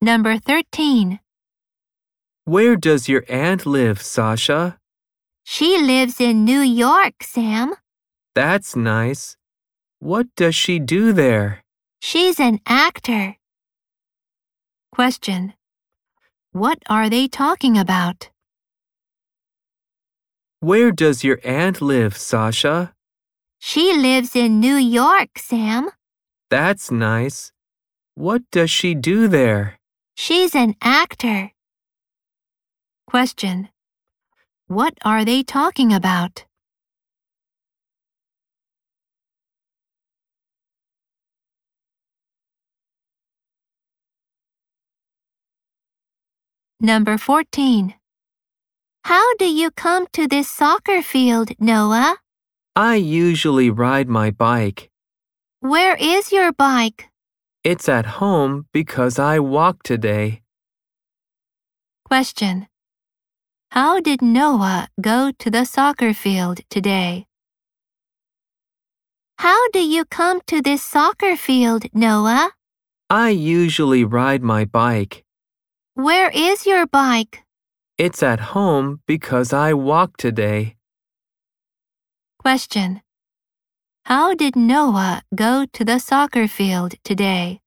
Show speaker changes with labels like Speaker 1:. Speaker 1: Number 13.
Speaker 2: Where does your aunt live, Sasha?
Speaker 1: She lives in New York, Sam.
Speaker 2: That's nice. What does she do there?
Speaker 1: She's an actor. Question. What are they talking about?
Speaker 2: Where does your aunt live, Sasha?
Speaker 1: She lives in New York, Sam.
Speaker 2: That's nice. What does she do there?
Speaker 1: She's an actor. Question. What are they talking about? Number 14. How do you come to this soccer field, Noah?
Speaker 2: I usually ride my bike.
Speaker 1: Where is your bike?
Speaker 2: It's at home because I walk today.
Speaker 1: Question. How did Noah go to the soccer field today? How do you come to this soccer field, Noah?
Speaker 2: I usually ride my bike.
Speaker 1: Where is your bike?
Speaker 2: It's at home because I walk today.
Speaker 1: Question. How did Noah go to the soccer field today?